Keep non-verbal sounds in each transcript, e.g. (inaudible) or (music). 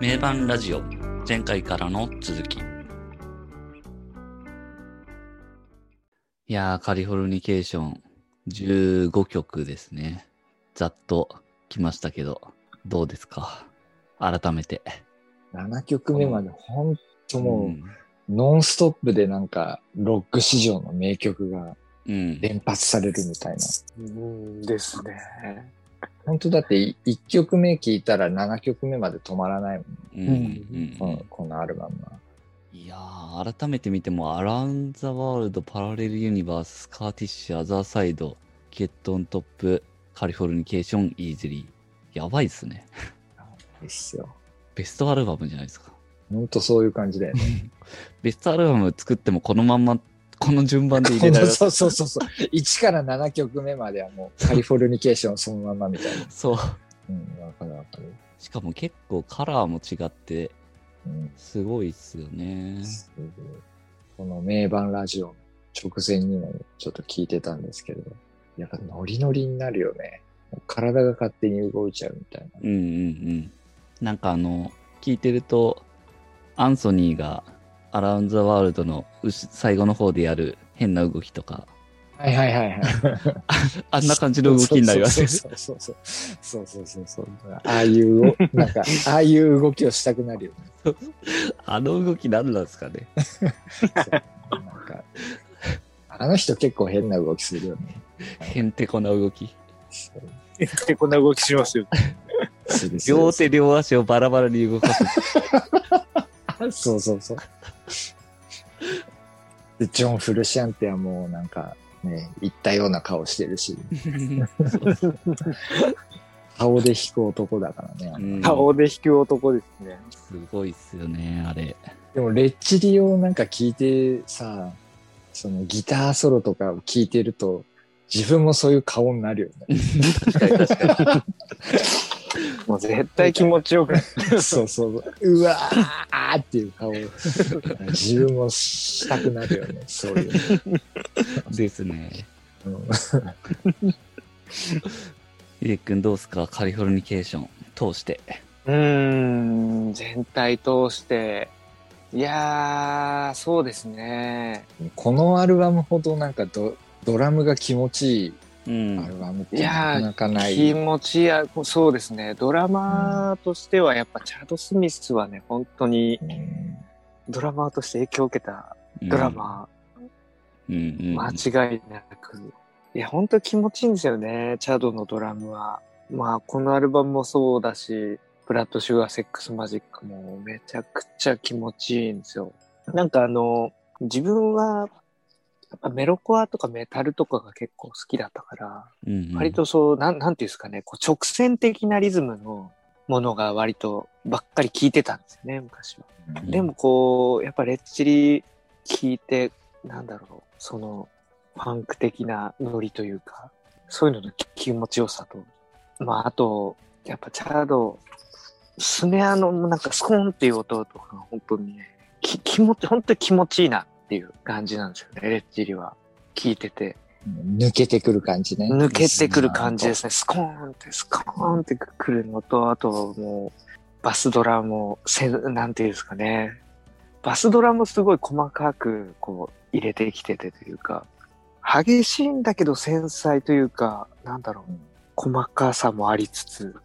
名盤ラジオ前回からの続きいやーカリフォルニケーション15曲ですねざっと来ましたけどどうですか改めて7曲目までほんとうもんうノンストップでなんかロック史上の名曲がうん、連発されるみたいな。うんですね。本当だって1曲目聴いたら7曲目まで止まらないもん、うんうんこのこのアルバムは。いやー改めて見ても「アラン・ザ・ワールド・パラレル・ユニバース」「スカーティッシュ・アザーサイド」「ケット・オン・トップ」「カリフォルニケーション・イーズリー」やばいっすねですよ。ベストアルバムじゃないですかほんとそういう感じだよね。ベストアルバム作ってもこのまんまこの順番で入れられ (laughs) そうそうそうそう。1から7曲目まではもうカリフォルニケーションそのままみたいな。そううん、わかるわかる。しかも結構カラーも違ってうんすごいっすよねすごいこの名盤ラジオ直前にもちょっと聞いてたんですけれど、やっぱノリノリになるよね。もう体が勝手に動いちゃうみたいな。うんうんうんなんかあの聞いてるとアンソニーが「アラウンド・ザ・ワールド」のうし最後の方でやる変な動きとかはいはい (laughs) はいはい。あんな感じの動きになりますね。そうそうそうそう。そうそうそうそう。ああいうお、なんか、ああいう動きをしたくなるよね。 (laughs) あの動き何なんですかね。そうなんか、あの人結構変な動きするよ (laughs) ね。へんてこな動き。そうで、こんな動きしますよ。するする両手両足をバラバラに動かす。そうそうそう。で、ジョン・フルシアンテはもうなんかね、言ったような顔してるし、顔で引く男だからね。うん顔で引く男ですね。すごいっすよね、あれ。でも、レッチリをなんか聞いてさ、そのギターソロとかを聞いてると、自分もそういう顔になるよね。確かに確かに。もう絶対気持ちよくない。そうそうそう。うわーっていう顔を、自分もしたくなるよね。そういうですね。の。うんヒデ君どうっすかカリフォルニケーション通して。うーん、全体通して。いやー、そうですね。このアルバムほどなんかドドラムが気持ちいいうんアルバムっいてなやかー、なかない。気持ちいいあそうですね。ドラマーとしては、やっぱチャード・スミスはね、本当にうんドラマーとして影響を受けたドラ。マうんうんうん。ー、間違いなく。いや、本当気持ちいいんですよね、チャードのドラムは。まあ、このアルバムもそうだし、ブラッド・シュガー・セックス・マジックもめちゃくちゃ気持ちいいんですよ。なんかあの、自分は、やっぱメロコアとかメタルとかが結構好きだったから、うんうん割とそう、なん、なんていうんですかね、こう直線的なリズムのものが割とばっかり聞いてたんですよね、昔は。うんでもこう、やっぱレッチリ聞いて、なんだろう、その、ファンク的なノリというか、そういうのの気持ちよさと、まああと、やっぱチャード、スネアのなんかスコーンっていう音とかが本当にね、き気持ち、本当に気持ちいいなっていう感じなんですよね、レッチリは。聞いてて。抜けてくる感じね。抜けてくる感じですね。スコーンって、スコーンってくるのと、あともう、バスドラも、せ、なんていうんですかね。バスドラもすごい細かく、こう、入れてきててというか、激しいんだけど繊細というか、なんだろう、細かさもありつつ、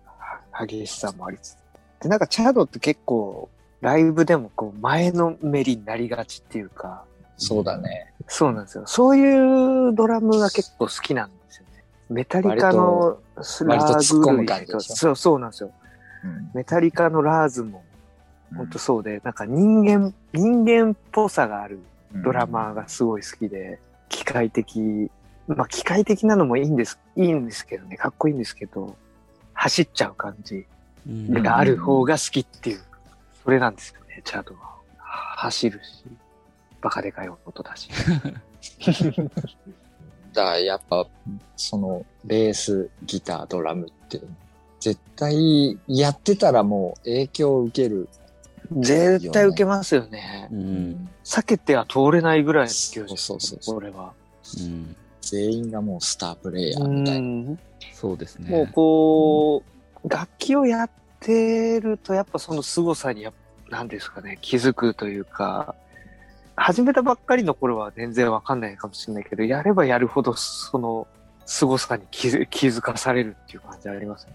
は激しさもありつつ。で、なんかチャードって結構、ライブでもこう、前のめりになりがちっていうか、そうだね。そうなんですよ。そういうドラムが結構好きなんですよね。メタリカのス割と突っ込む感じでしょラーズそうそうなんですよ。うんメタリカのラーズも本当そうで、なんか人間、人間っぽさがあるドラマーがすごい好きで、機械的、まあ機械的なのもいいんです、いいんですけどね、かっこいいんですけど、走っちゃう感じうんがある方が好きっていう、それなんですよね、チャートは。走るし、バカでかい音だし。 (laughs) だからやっぱ、その、ベース、ギター、ドラムって、絶対やってたらもう影響を受ける。絶対受けますよね。 (laughs) うん。避けては通れないぐらいの勢いですそうそうそうこれは。うん。全員がもうスタープレイヤーうみたいな。んそうですね。もうこう、楽器をやっってると、やっぱその凄さにやっぱ、なんですかね、気づくというか、始めたばっかりの頃は全然わかんないかもしれないけど、やればやるほど、その、凄さに気づ気づかされるっていう感じあります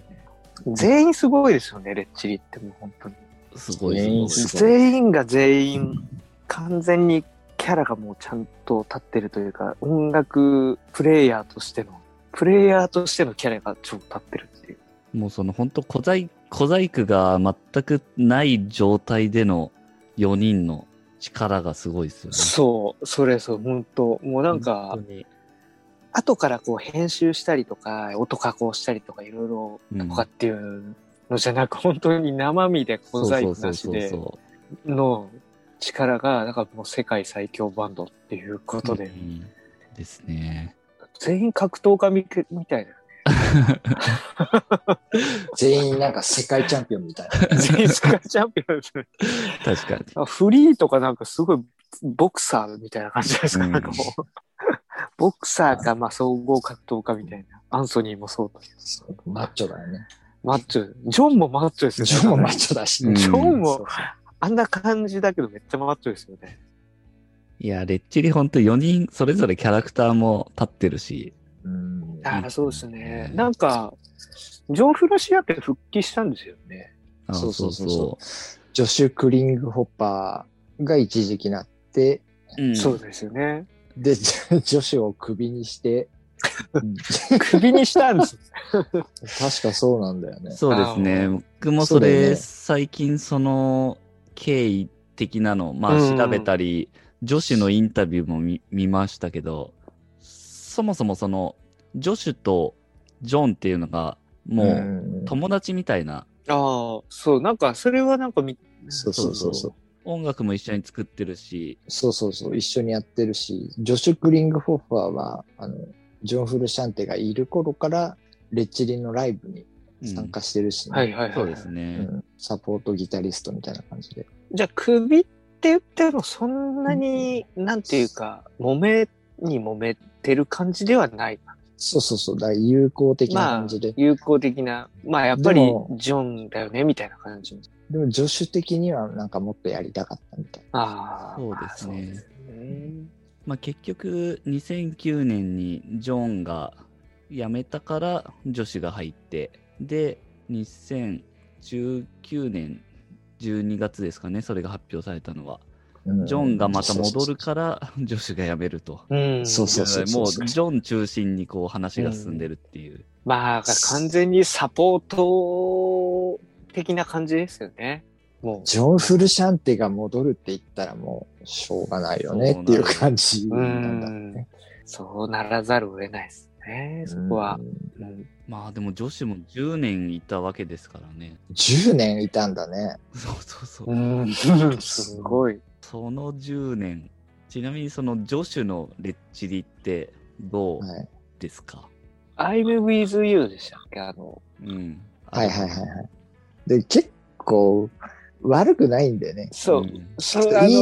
よね。全員すごいですよね、レッチリってもう本当に。すごい全員すごい。全員が全員完全にキャラがもうちゃんと立ってるというか音楽プレイヤーとしてのプレイヤーとしてのキャラが超立ってるっていうもうその本当小細小細工が全くない状態での4人の力がすごいですよね。そうそれそう本当もうなんか本当に後からこう編集したりとか音加工したりとかいろいろうんとかっていうのじゃなく本当に生身で小細工なしでその力がなんかもう世界最強バンドっていうことでうんですね。全員格闘家みけみた (laughs) いな全員なんか世界チャンピオンみたいな。全員世界チャンピオンですね。確かに。あフリーとかなんかすごいボクサーみたいな感じじゃないですか。うんなんかもう。 (laughs) ボクサーか、まあ、総合格闘家みたいな。アンソニーもそうだし。マッチョだよね。マッチョ。ジョンもマッチョですよね。ジョンもマッチョだし、うんジョンもそうあんな感じだけどめっちゃマッチョですよね。いや、レッチリ本当4人それぞれキャラクターも立ってるし、うんああ、そうですね。なんか、ジョン・フラシアって復帰したんですよね。あそうそうそうそう。ジョシュ・クリングホッパーが一時期なって、うんそうですよね。 (laughs) で、ジョジョシュをクビにして、クビにしたん (laughs) です。確かそうなんだよね。そうですあね。僕もそそうだれ、よね最近その経緯的なの、まうんあ調べたり、女子のインタビューも見見ましたけど、そもそもその、女子とジョンっていうのが、もううん友達みたいな、ああ、そう。なんか、それはなんかみ、そうそうそうそう。音楽も一緒に作ってるし、そうそうそう、一緒にやってるし、ジョシュ・クリングホッパーは、あの、ジョン・フルシャンテがいる頃から、レッチリのライブに参加してるしね、はいはいはい、そうですうね。んサポートギタリストみたいな感じで。じゃあ、首って言っても、そんなに、なんていうか、揉めに揉めてる感じではない。そうそうそう、だから友好的なまあ感じで。、友好的な、まあ、やっぱりでも、ジョンだよね、みたいな感じ。でも、ジョシュ的にはなんかもっとやりたかったみたいな。ああ、そうですねまあそうねまあ結局、2009年にジョンが辞めたから女子が入って、で、2019年12月ですかね、それが発表されたのは。うんジョンがまた戻るから女子が辞めると。うん。そうそうそうもうジョン中心にこう話が進んでるっていう。まあ、完全にサポート的な感じですよね。もう。ジョン・フルシャンテが戻るって言ったらもうしょうがないよねっていう感じなんだね。そうならざるを得ないですね、そこはう。ん。うんまあでも女子も10年いたわけですからね。 10年いたんだね。そうそうそう。うん、 (laughs) すごい。その10年。ちなみにその女子のレッチリってどうはい。ですか、 I'm with you でしたっけあの、うん。はいはいはいはい。で、結構悪くないんだよね。そう、うんそう、あの、い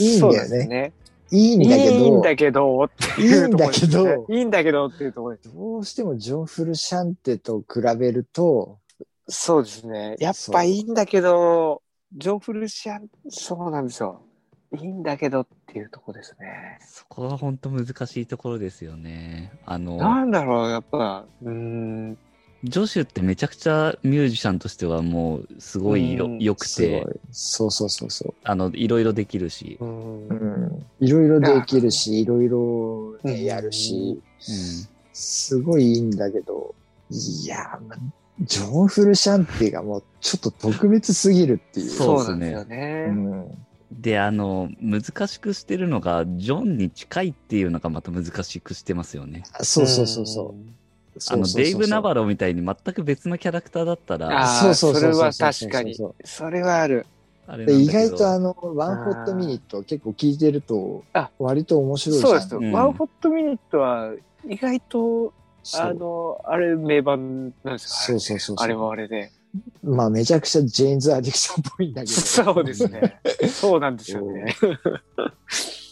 いんそうだよでねすね。いいんだけど、いいんだけど、っていうところですいねいんだけどいいんだけどっていうところです。どうしてもジョン・フルシャンテと比べると、そうですね。やっそうぱいいんだけど、ジョン・フルシアン、そうなんですよ。いいんだけどっていうところですね。そこは本当難しいところですよね。あの、なんだろう、やっぱ、うーん、女子ってめちゃくちゃミュージシャンとしてはもうすごいよ,、うんよくすごいて、。そうそうそうそう。あの、いろいろできるし。う、うんん。いろいろできるし、いろいろね、うんやるうし、んすごいいいんだけど、いやー、まジョン・フルシャンテがもうちょっと特別すぎるっていう。そうそうなんですようね。ん。で、あの、難しくしてるのが、ジョンに近いっていうのがまた難しくしてますよね。そうそうそうそう。あの、そうそうそうそうデイブ・ナバロみたいに全く別のキャラクターだったら、あーそうそうそううそれは確かにそうそうそれはある。あれでなん意だけ外どとあの、ワンホットミニット結構聞いてるとあ、割と面白いじゃん。そうですよ。うんワンホットミニットは、意外と、そうあの、あれ名盤なんですそよ。うそうそうそうあれはあれで。まあめちゃくちゃジェーンズ・アディクションっぽいんだけど。 (laughs) そうで (laughs) すね。そうなんですよね。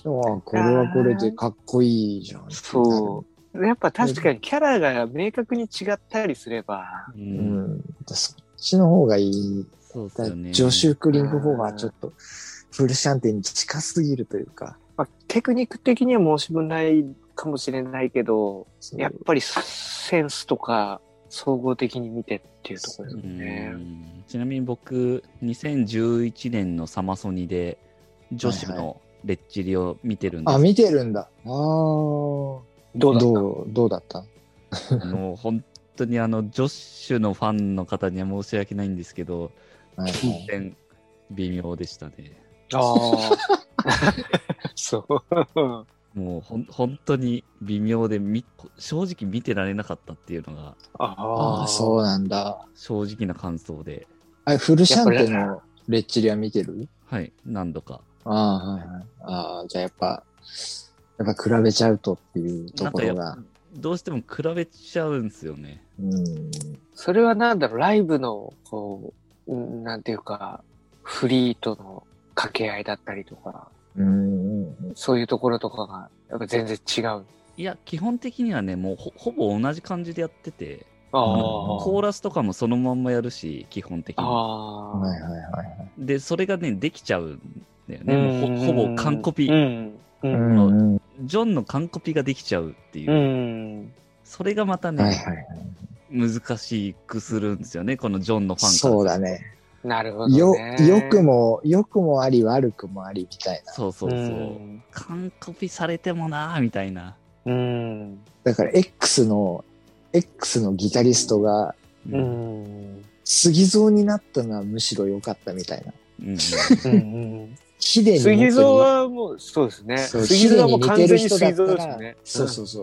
でもあこれはこれでかっこいいじゃん。そうやっぱ確かにキャラが明確に違ったりすれば、ううんん。そっちの方がいい。そうですだよね。ジョシュ・クリンク法はちょっと、フルシャンテンに近すぎるというか。まあ、テクニック的には申し分ないかもしれないけど、そうやっぱりセンスとか、総合的に見てっていうところですよねう。んちなみに僕、2011年のサマソニで、女子はいのレッチリを見てるんですあ、け見てるんだ。ああ。どうだったどうどうだったど、あの本当にあの、女子のファンの方には申し訳ないんですけど、はいはい全然微妙でしたね。ああ。 (laughs) (laughs) そう。もうほん本当に微妙でみ正直見てられなかったっていうのがああ。あ、そううなんだ。正直な感想で、あれフルシャンテンやっのレッチリは見てるはい、何度か。ああ、はいはい。ああ、じゃあやっぱ、やっぱ比べちゃうとっていうとなんこかやろっがぱ。どうしても比べちゃうんですよね。うん。それはなんだろう、ライブの、こう、うんなんていうか、フリーとの掛け合いだったりとか、うん。そういうところとかが、やっぱ全然違う。いや、基本的にはね、もうほほぼ同じ感じでやってて、あコーラスとかもそのまんまやるし、基本的あに。あ。はいはいはいはい。で、それがね、できちゃうんだよね。うもんうほほぼ完コピ、うん。う。うんん。ジョンの完コピができちゃうっていう。うん。それがまたね、はいはいはい。難しくするんですよね、このジョンのファンからするとそうだ。ね。なるほど、ね。よ、良くも、良くもあり悪くもありみたいな。そうそうそう。ん完コピされてもなーみたいな。うん。だから X の、X のギタリストが、うんううんん。杉蔵になったのはむしろ良かったみたいな。うんうん。ヒデに元に水蔵はもう、そうですね。そう水蔵はもう完全に水蔵でヒすデに似てる人だったよらね。そうそうそ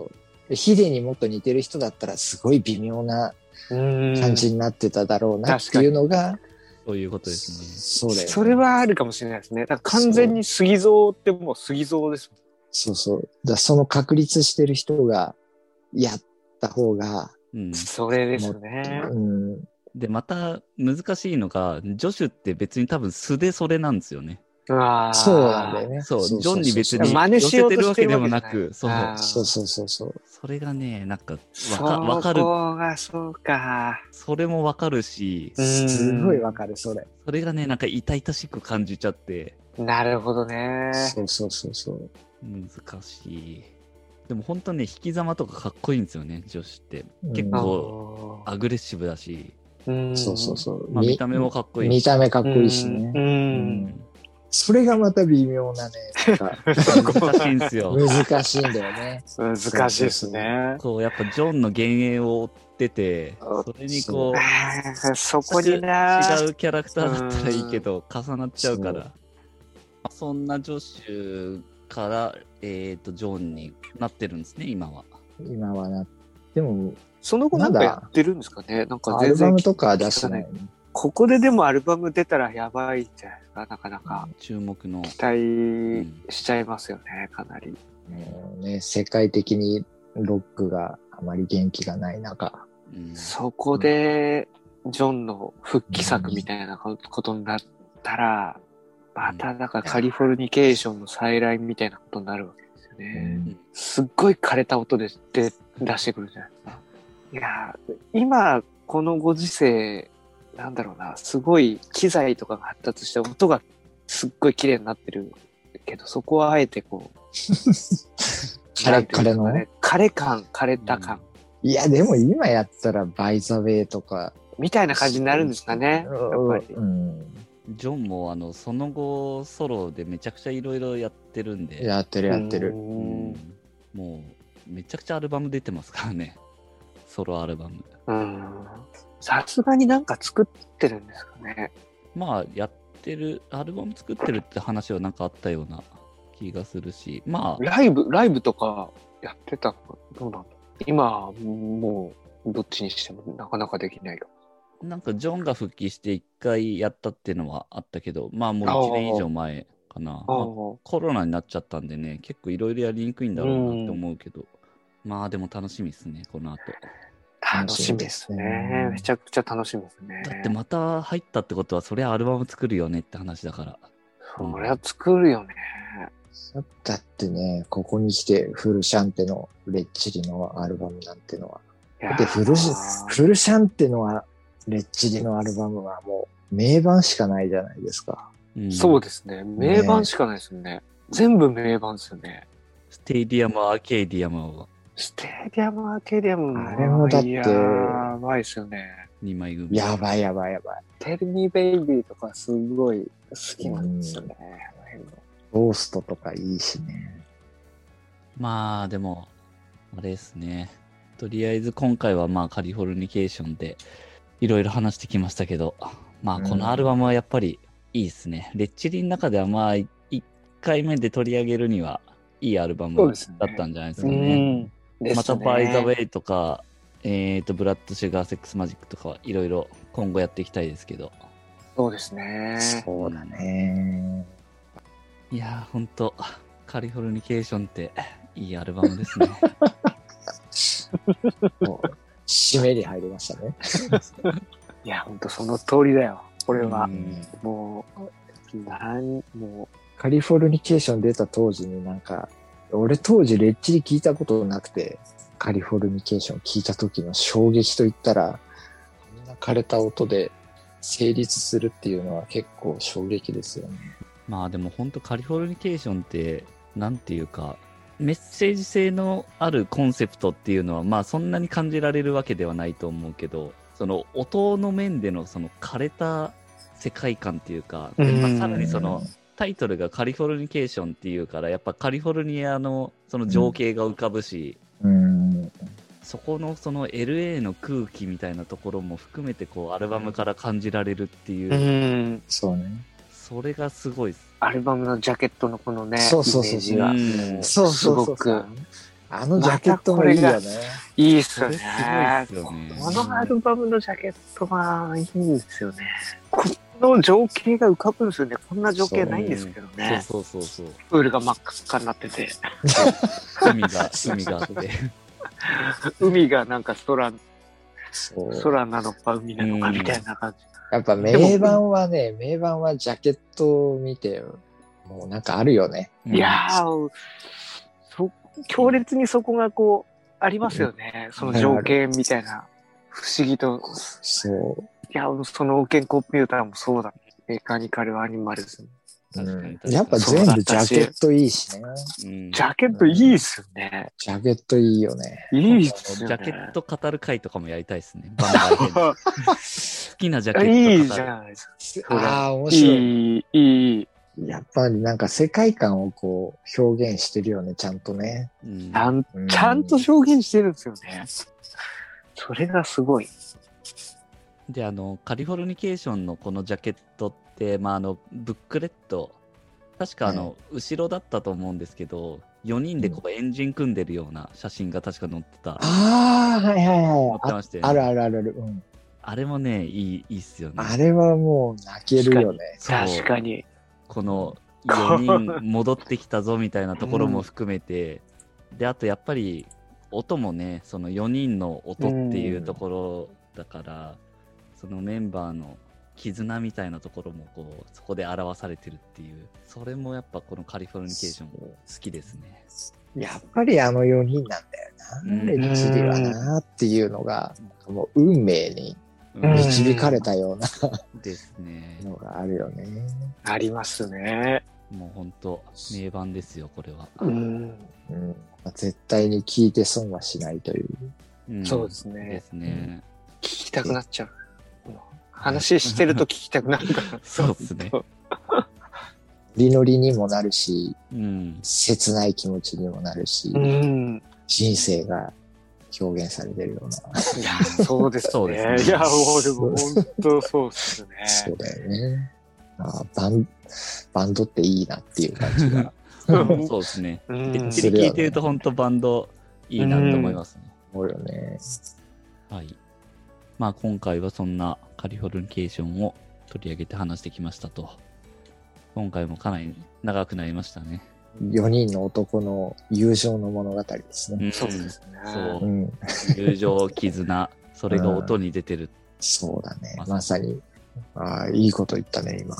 う。ヒデにもっと似てる人だったらすごい微妙なうん。うん。感じになってただろうなっていうのが、そういうことですそうだよね。それはあるかもしれないですね。だから完全に杉蔵ってもう杉蔵ですそうそう。だその確立してる人がやった方が、ね。うんもん。それですね。うん、で、また難しいのが、ジョシュって別に多分素でそれなんですよね。うわーそうなんだよね。そう、ジそョンに別に真似寄しせようてとるわしてけるでわもけじゃないなく、そう。あーそうそうそうそう。それがね、なんか、わそかわかる。こがそうか。それもわかるし、うんすごいわかる、それ。それがね、なんか痛々しく感じちゃって、なるほどね。そうそうそうそう。難しい。でも本当ね、引き様とかかっこいいんですよね、女子って。結うん構アグレッシブだし、うんそうそうそう。まあ、見た目もかっこいい見し。た目かっこいいしね。うんうんそれがまた微妙なね、なんか (laughs) 難しいんですよ。 (laughs) 難しいんだよね。うん難しいですね。こう、やっぱジョンの幻影を追ってて、あそれにこう、あーそこ違にうな。キャラクターだったらいいけど、重なっちゃうから。まあそんなジョシュから、えっ、と、ジョンになってるんですね、今は。今はな。でも、その後なんかまだやってるんですかねなんかア全ル然バムとかは出してない。ここででもアルバム出たらやばいんじゃないですかなかなか。注目の。期う待んしちゃいますよね、かなり。もうね、世界的にロックがあまり元気がない中。うんそこで、ジョンの復帰作みたいなことになったら、またなんかカリフォルニケーションの再来みたいなことになるわけですよね。 (laughs) すっごい枯れた音で出出してくるじゃないですか。いやー、今、このご時世、なんだろうな、すごい機材とかが発達して音がすっごい綺麗になってるけど、そこはあえてこう、カレなんていカうんでレすのかね。枯れ感、枯れた感、いや、でも今やったらバイザウェイとか。みたいな感じになるんですかね、やっぱり。うん。ジョンも、あの、その後、ソロでめちゃくちゃいろいろやってるんで。やってるやってうる。うんんもう、めちゃくちゃアルバム出てますからね。 (laughs) ソロアルバム。うんさすがになんか作ってるんですかね。まあ、やってる、アルバム作ってるって話はなんかあったような気がするし、まあ、ライブ、ライブとかやってたのかどうなんだ今、もう、どっちにしてもなかなかできないよ。なんかジョンが復帰して一回やったっていうのはあったけど、まあもう1年以上前かな。あまあコロナになっちゃったんでね、結構いろいろやりにくいんだろうなって思うけど、まあでも楽しみですね、この後。あ楽しみですね。めちゃくちゃ楽しみですね。だってまた入ったってことは、そりゃアルバム作るよねって話だから。そりゃ作るよね。だってね、ここに来てフルシャンテのレッチリのアルバムなんてのは。いやーで、フルシフルシャンテのレッチリのアルバムはもう名盤しかないじゃないですか。うんそうですね。名盤しかないですよね。全部名盤ですよね。ステディアム、アーケディアムはステディアム、アーケディアムあれもだっていやーやばいですよね。 2枚組。やばいやばいやばい。テルミベイビーとかすごい好きなんですよね。ゴーストとかいいしね。まあでも、あれですね。とりあえず今回はまあカリフォルニケーションでいろいろ話してきましたけど、まあこのアルバムはやっぱりいいですね。レッチリの中ではまあ1回目で取り上げるにはいいアルバムそうだっですねたんじゃないですかね。ですねまたバイザウェイとか、えっ、と、ブラッドシュガーセックスマジックとかはいろいろ今後やっていきたいですけど。そうですね。そうだね。いやー、ほんと、カリフォルニケーションっていいアルバムですね。もう締めに入りましたね。いや、本当その通りだよ。 (laughs) これはう。んもう、なん、もカリフォルニケーション出た当時になんか、俺当時レッチリ聞いたことなくて、カリフォルニケーション聞いた時の衝撃といったら、こんな枯れた音で成立するっていうのは結構衝撃ですよね。まあでも本当カリフォルニケーションってなんていうかメッセージ性のあるコンセプトっていうのはまあそんなに感じられるわけではないと思うけどその音の面でのその枯れた世界観っていうか、でまあうん、さらにそのタイトルがカリフォルニケーションっていうからやっぱカリフォルニアのその情景が浮かぶし、うん。そこのその LA の空気みたいなところも含めてこうアルバムから感じられるっていうう、うん、そうね。それがすごいっすアルバムのジャケットのこのね、そうそうそうイメージいやがう。んそうそうそうすごくあのジャケットもいいよね。いいっすそよれねすごいっ。すよね。このアルバムのジャケットがいいんですよね。この情景が浮かぶんですよね。こんな情景ないんですけどね。そうそうそうそう。プールが真っ赤になってて、海が、海があって。海がなんか空、そう空なのか海なのかみたいな感じ。やっぱ名盤はね、名盤はジャケットを見て、もうなんかあるよね。うん (laughs) いやー、そ強烈にそこがこう、ありますよね。その情景みたいな。不思議と。そう。いや、その健康コンピューターもそうだ。メカニカルアニマルズ。う確かにん確かにやっぱ全部ジャケットいいしね。うんジャケットいいっすよね。ジャケットいいよね。いいっすジよね。ャケット語る回とかもやりたいですね。番外編 (laughs) 好きなジャケット語る。いいじゃないですか。ああ、面白い。いい、いい。やっぱりなんか世界観をこう表現してるよね、ちゃんとね。うんちゃんうちゃんと表現してるんですよね。それがすごい。で、あの、カリフォルニケーションのこのジャケットって、まあ、あの、ブックレット、確かあの、後ろだったと思うんですけど、4人でこうエンジン組んでるような写真が確か載ってた。ああ、は載っいはいてはい。ましたよあねあるあるあるある、うん。あれもね、いい、いいっすよね。あれはもう泣けるよね。そう確かに。この4人戻ってきたぞみたいなところも含めて、であとやっぱり音もねその4人の音っていうところだから、そのメンバーの絆みたいなところもこうそこで表されてるっていうそれもやっぱこのカリフォルニケーション好きですね。やっぱりあの4人なんだよな、うんレッチリはなっていうのが、なんかもう運命にうん導かれたようなですね。のがあるよね。ありますね。もう本当名盤ですよこれは。うん。うんまあ絶対に聞いて損はしないという。うんそうですでね。すね。聞きたくなっちゃう。話してると聞きたくなるから。そうですね。ノリノリにもなるし、うん。切ない気持ちにもなるし、 (laughs) うん。人生が表現されてるような。いや、そうですそうでね。すねいや、もうでも本当そうですね。 (laughs) そうだよね。あバンバンドっていいなっていう感じが。うん (laughs) そうですね。うんでっちり聞いてると本当バンドいいなと思いますね。思うよね。はい。まあ今回はそんなカリフォルニケーションを取り上げて話してきましたと。今回もかなり長くなりましたね。 4人の男の友情の物語ですね。。んそうですね。そううん友情、絆、それが音に出てる。そうだねま。さまさに。ああ、いいこと言ったね、今。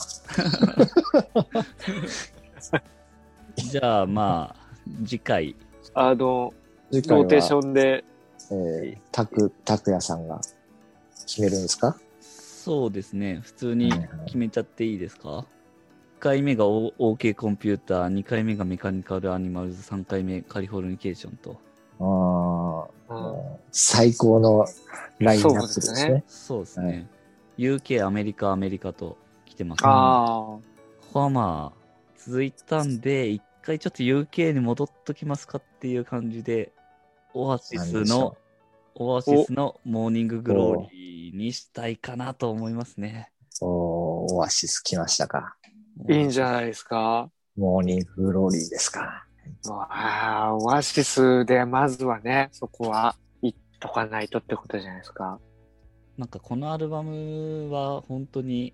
じゃあまあ、次回。あの、次回ローテーシは、ョンで、えー、たく、たくやさんが決めるんですかそうですね。普通はいにはい決めちゃっていいですか ?1 回目が O- OK コンピューター、2回目がメカニカルアニマルズ、3回目カリフォルニケーションと。あーもうんう最高のラインナップですそうね。ですねそうですはいね。UK、アメリカ、アメリカと来てます、あここはまあ、続いたんで、一回ちょっと UK に戻っときますかっていう感じで、オアシスの、オアシスのモーニンググローリーにしたいかなと思いますね。おーオアシス来ましたか。あ、いいんじゃないですか。モーニンググローリーですか。わあ、オアシスでまずはね、そこは行っとかないとってことじゃないですか。なんかこのアルバムは本当に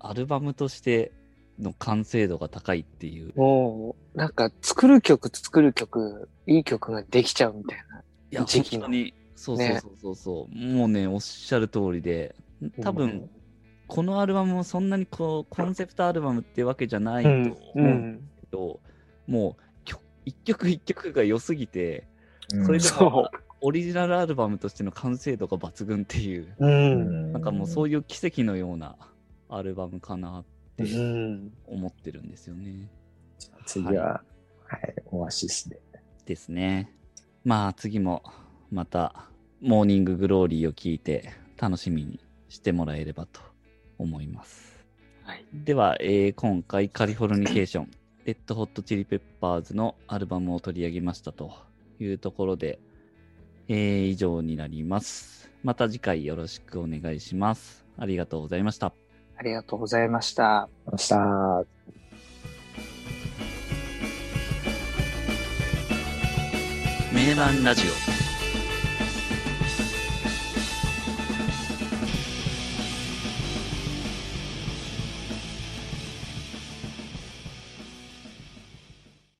アルバムとしての完成度が高いっていう。もう、なんか作る曲作る曲、いい曲ができちゃうみたいな。いや、時本期の当に、そうそうそうそうそう、もうね、おっしゃる通りで、多分、このアルバムもそんなにこう、コンセプトアルバムってわけじゃないと思ううんだん。けど、もう曲、一曲一曲が良すぎて、うんそれでそもオリジナルアルバムとしての完成度が抜群っていう、う。うんんなんかもうそういう奇跡のようなアルバムかなってうん。思ってるんですよね。次は、はい、オアシスで。ですね。まあ次もまたモーニンググローリーを聞いて楽しみにしてもらえればと思います。はいでは、えー今回カリフォルニケーション、レッドホットチリペッパーズのアルバムを取り上げましたというところで、えー以上になります。また次回よろしくお願いします。ありがとうございました。ありがとうございました。明日名盤ラジオ